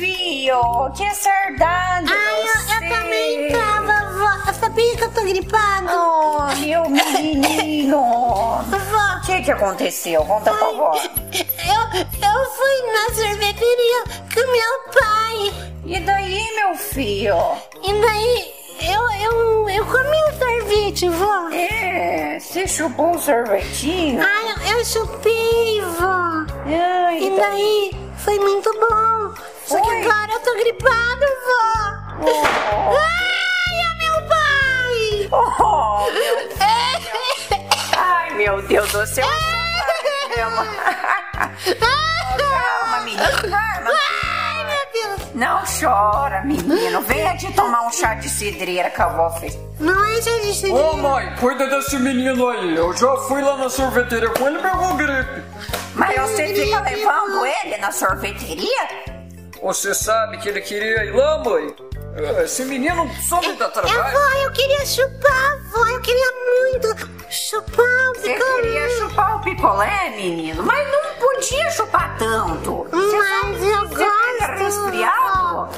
Fio, que saudade Ai, eu, eu também tava, vó. Eu sabia que eu tô gripado. Oh, meu menino. Vó, O que que aconteceu? Conta pra vó. eu, eu fui na sorveteria com meu pai. E daí, meu filho? E daí eu, eu, eu comi um sorvete, vó. É, você chupou um sorvetinho? Ai, eu, eu chupei, vó. Ai, Ah, E tá- daí foi muito bom. Só que Oi. agora eu tô gripado, vó. Oh, Ai, é meu pai! oh, meu- É. Ai, meu Deus do céu. Calma, menino. Calma. Ai, meu Deus! Não chora, menino. Venha aqui tomar um chá de cidreira que a vó fez. Não é já de cidreira. Ô mãe, cuida desse menino aí. Eu já fui lá na sorveteria com ele e pegou um gripe. Mas você fica levando ele na sorveteria? Você sabe que ele queria ir lá, mãe? Esse menino só me dá Eu tá trabalho. vou, eu queria chupar, vó. Eu queria muito chupar o Você picolé. queria chupar o picolé, menino, mas não podia chupar tanto. Mas eu Você tá gosto. vó. resfriado?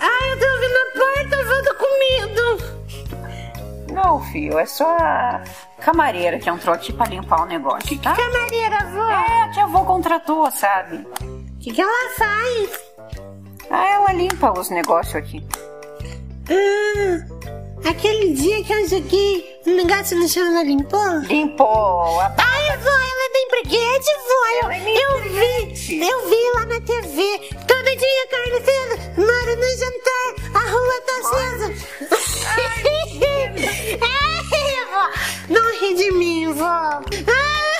Ai, eu tô ouvindo a porta, vó. Tô com medo. Não, filho, é só a camareira que entrou aqui pra limpar o negócio, tá? Camareira, vó. É, a tia avó contratou, sabe? O que, que ela faz? Ah, ela limpa os negócios aqui. Ah, aquele dia que eu joguei um negócio no chão, ela limpou? Limpou a... Ai, vó, ela é bem briguete, vó. Ela é Eu, bem eu vi, briguete. eu vi lá na TV. Todo dia, carne cedo, na hora do jantar, a rua tá acesa. Ai, vó, É, não ri de mim, vó.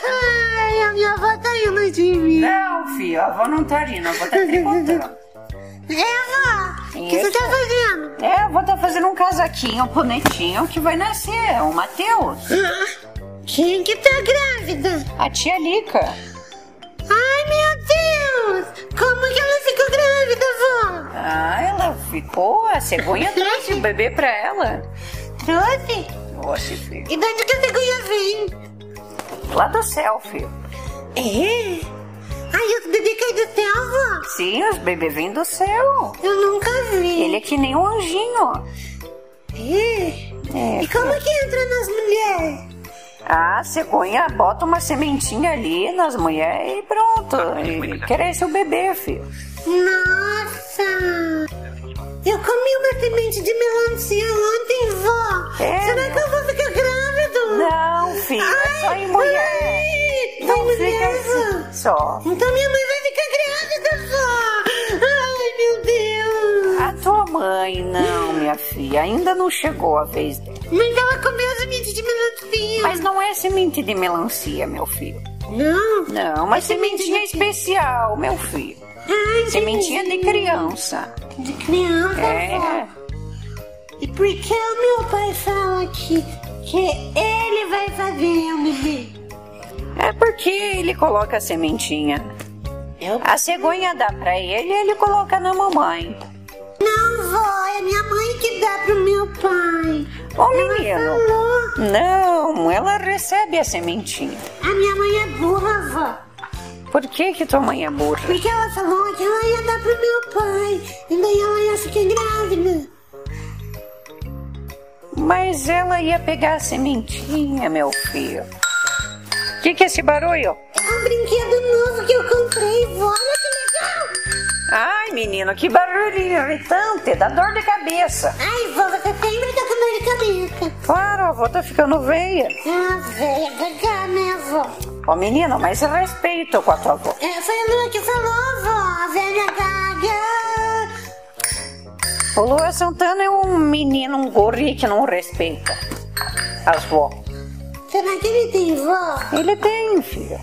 Ai, a minha avó tá indo de mim. É, Não, filho, a avó não tá rindo, a avó tá tricotando. vó, É, o que você Isso. tá fazendo? É, eu vou estar fazendo um casaquinho bonitinho que vai nascer, é o Matheus. Ah, Quem que tá grávida? A tia Lica. Ai, meu Deus! Como que ela ficou grávida, vó? Ah, ela ficou, a cegonha trouxe o bebê pra ela. Trouxe? Nossa, filho. E de onde que a cegonha vem? Lá do céu, filho. É? Ai, os bebês caem do céu, vó? Sim, os bebês vêm do céu. Eu nunca vi. Ele é que nem um anjinho. É? É. E como que entra nas mulheres? Ah, a cegonha bota uma sementinha ali nas mulheres e pronto. E cresce o bebê, filho. Nossa! Eu comi uma semente de melancia ontem, vó. É, Será né? que eu vou ficar grávida? Não, filho, é só em mulher. Ai, Não em fica mulher, vó. assim só. Então minha mãe vai ficar grávida, vó. Ai, meu Deus. A tua mãe, não, minha filha, ainda não chegou a vez dela. Mas ela comeu a semente de melancia. Mas não é semente de melancia, meu filho. Não? Não, mas semente sementinha de quê? especial, meu filho. Ai, Sementinha de gente. criança. De criança, É. vó. E por que o meu pai fala que, que ele vai fazer um bebê? É porque ele coloca a sementinha. Eu? A cegonha dá pra ele e ele coloca na mamãe. Não, vó, é minha mãe que dá pro meu pai. Ô, menino. Alô? Não, ela recebe a sementinha. A minha mãe é burra, vó. Por que que tua mãe é burra? Porque ela falou que ela ia dar pro meu pai. E daí ela ia ficar grávida. Mas ela ia pegar a sementinha, meu filho. O que que é esse barulho? É um brinquedo novo que eu comprei, vó. Olha que legal. Ai, menino, que barulhinho irritante, dá dor de cabeça. Ai, vó, você sempre tá com dor de cabeça. Claro, a avó tá ficando veia. Ah, velha, pegar, né, vó? Ô, menino, mas respeito com a tua avó. É, foi a Lua que falou, vó, a velha gaga. O Lua Santana é um menino, um guri que não respeita as vó. Será que ele tem vó? Ele tem, filha.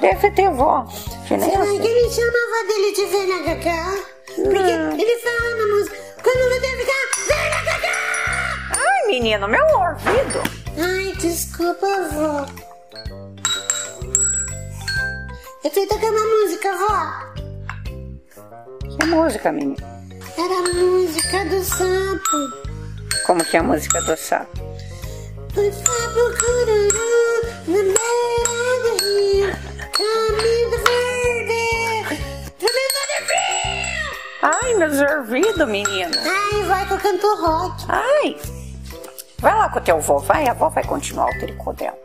Deve ter vó. Que nem Será eu que sei. ele chama a avó dele de velha gaga? Não. Porque ele fala na música, quando você ficar velha gaga! Ai, menino, meu ouvido. Ai, desculpa, vó. Eu tô tocando a música, vó. Que música, menino? Era a música do sapo. Como que é a música do sapo? O sapo cururu na beira do rio. é Caminho verde. Caminho verde. Ah, Ai, meu ouvidos, menino. Ai, vai que eu canto rock. Ai. Vai lá com o teu avô, vai. A avó vai continuar o tricô dela.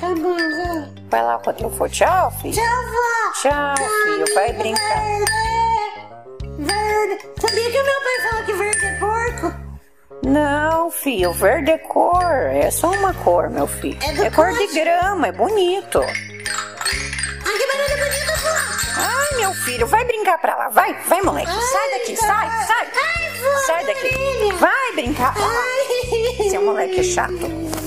Tá bom, vai. Vai lá com o teu avô. Tchau, filho. Tchau, vó. Tchau, filho. Vai brincar. Verde, verde. Sabia que o meu pai falou que verde é porco? Não, filho. Verde é cor. É só uma cor, meu filho. É do É cor de pote. grama. É bonito. Ai, que barulho bonito, vó. Ai, meu filho. Vai brincar pra lá. Vai, vai, moleque. Sai Ai, daqui. tá Sai, bom. sai. Ai, vó, Sai minha daqui. orelha. Vai brincar. Ai. Seu moleque é chato.